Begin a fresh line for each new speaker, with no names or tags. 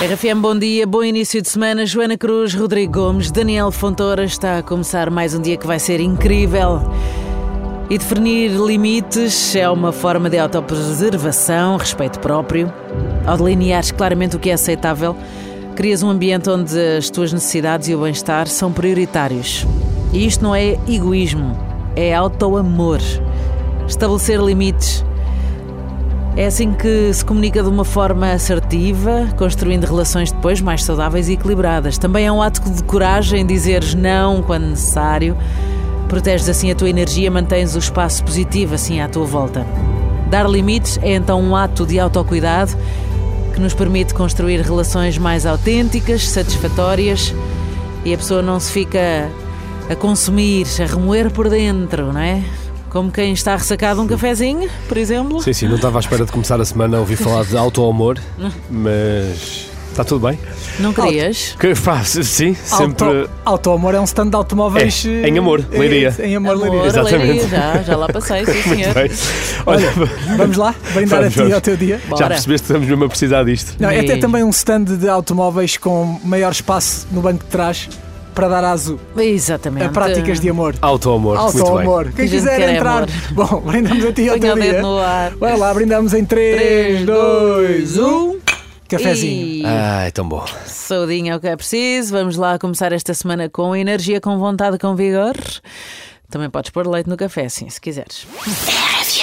RFM, bom dia, bom início de semana. Joana Cruz, Rodrigo Gomes, Daniel Fontoura. Está a começar mais um dia que vai ser incrível. E definir limites é uma forma de autopreservação, respeito próprio. Ao delineares claramente o que é aceitável, crias um ambiente onde as tuas necessidades e o bem-estar são prioritários. E isto não é egoísmo, é auto-amor. Estabelecer limites. É assim que se comunica de uma forma assertiva, construindo relações depois mais saudáveis e equilibradas. Também é um ato de coragem dizeres não quando necessário. Proteges assim a tua energia, mantens o espaço positivo assim à tua volta. Dar limites é então um ato de autocuidado que nos permite construir relações mais autênticas, satisfatórias e a pessoa não se fica a consumir, a remoer por dentro, não é? Como quem está ressacado de um cafezinho, por exemplo.
Sim, sim, não estava à espera de começar a semana a ouvir falar de auto-amor, mas está tudo bem.
Não querias?
Que faz, sim, sempre.
Auto, Autoamor é um stand de automóveis.
É,
eh,
em Amor,
eh,
Leiria.
Em Amor, Leiria.
Exato. Exatamente.
Leiria, já, já lá passei, sim senhor.
Bem. Olha,
Vamos lá, brindar a
Vamos,
ti e
vamos.
ao teu dia.
já
Bora.
percebeste que estamos mesmo a precisar disto.
Não, é até
Ei.
também um stand de automóveis com maior espaço no banco de trás para dar aso
Exatamente.
a práticas de amor.
Auto-amor, muito bem.
Autoamor. Quem
A gente
quiser
quer é
entrar.
amor.
Bom, brindamos a ti e ao
Ponha
teu
o dedo
dia. um
no ar.
Vai lá, brindamos em 3, 2, 1. Cafezinho.
E
Ai, Ah, tão bom.
saudinha é o que é preciso. Vamos lá começar esta semana com energia, com vontade, com vigor. Também podes pôr leite no café, sim, se quiseres.
RFM.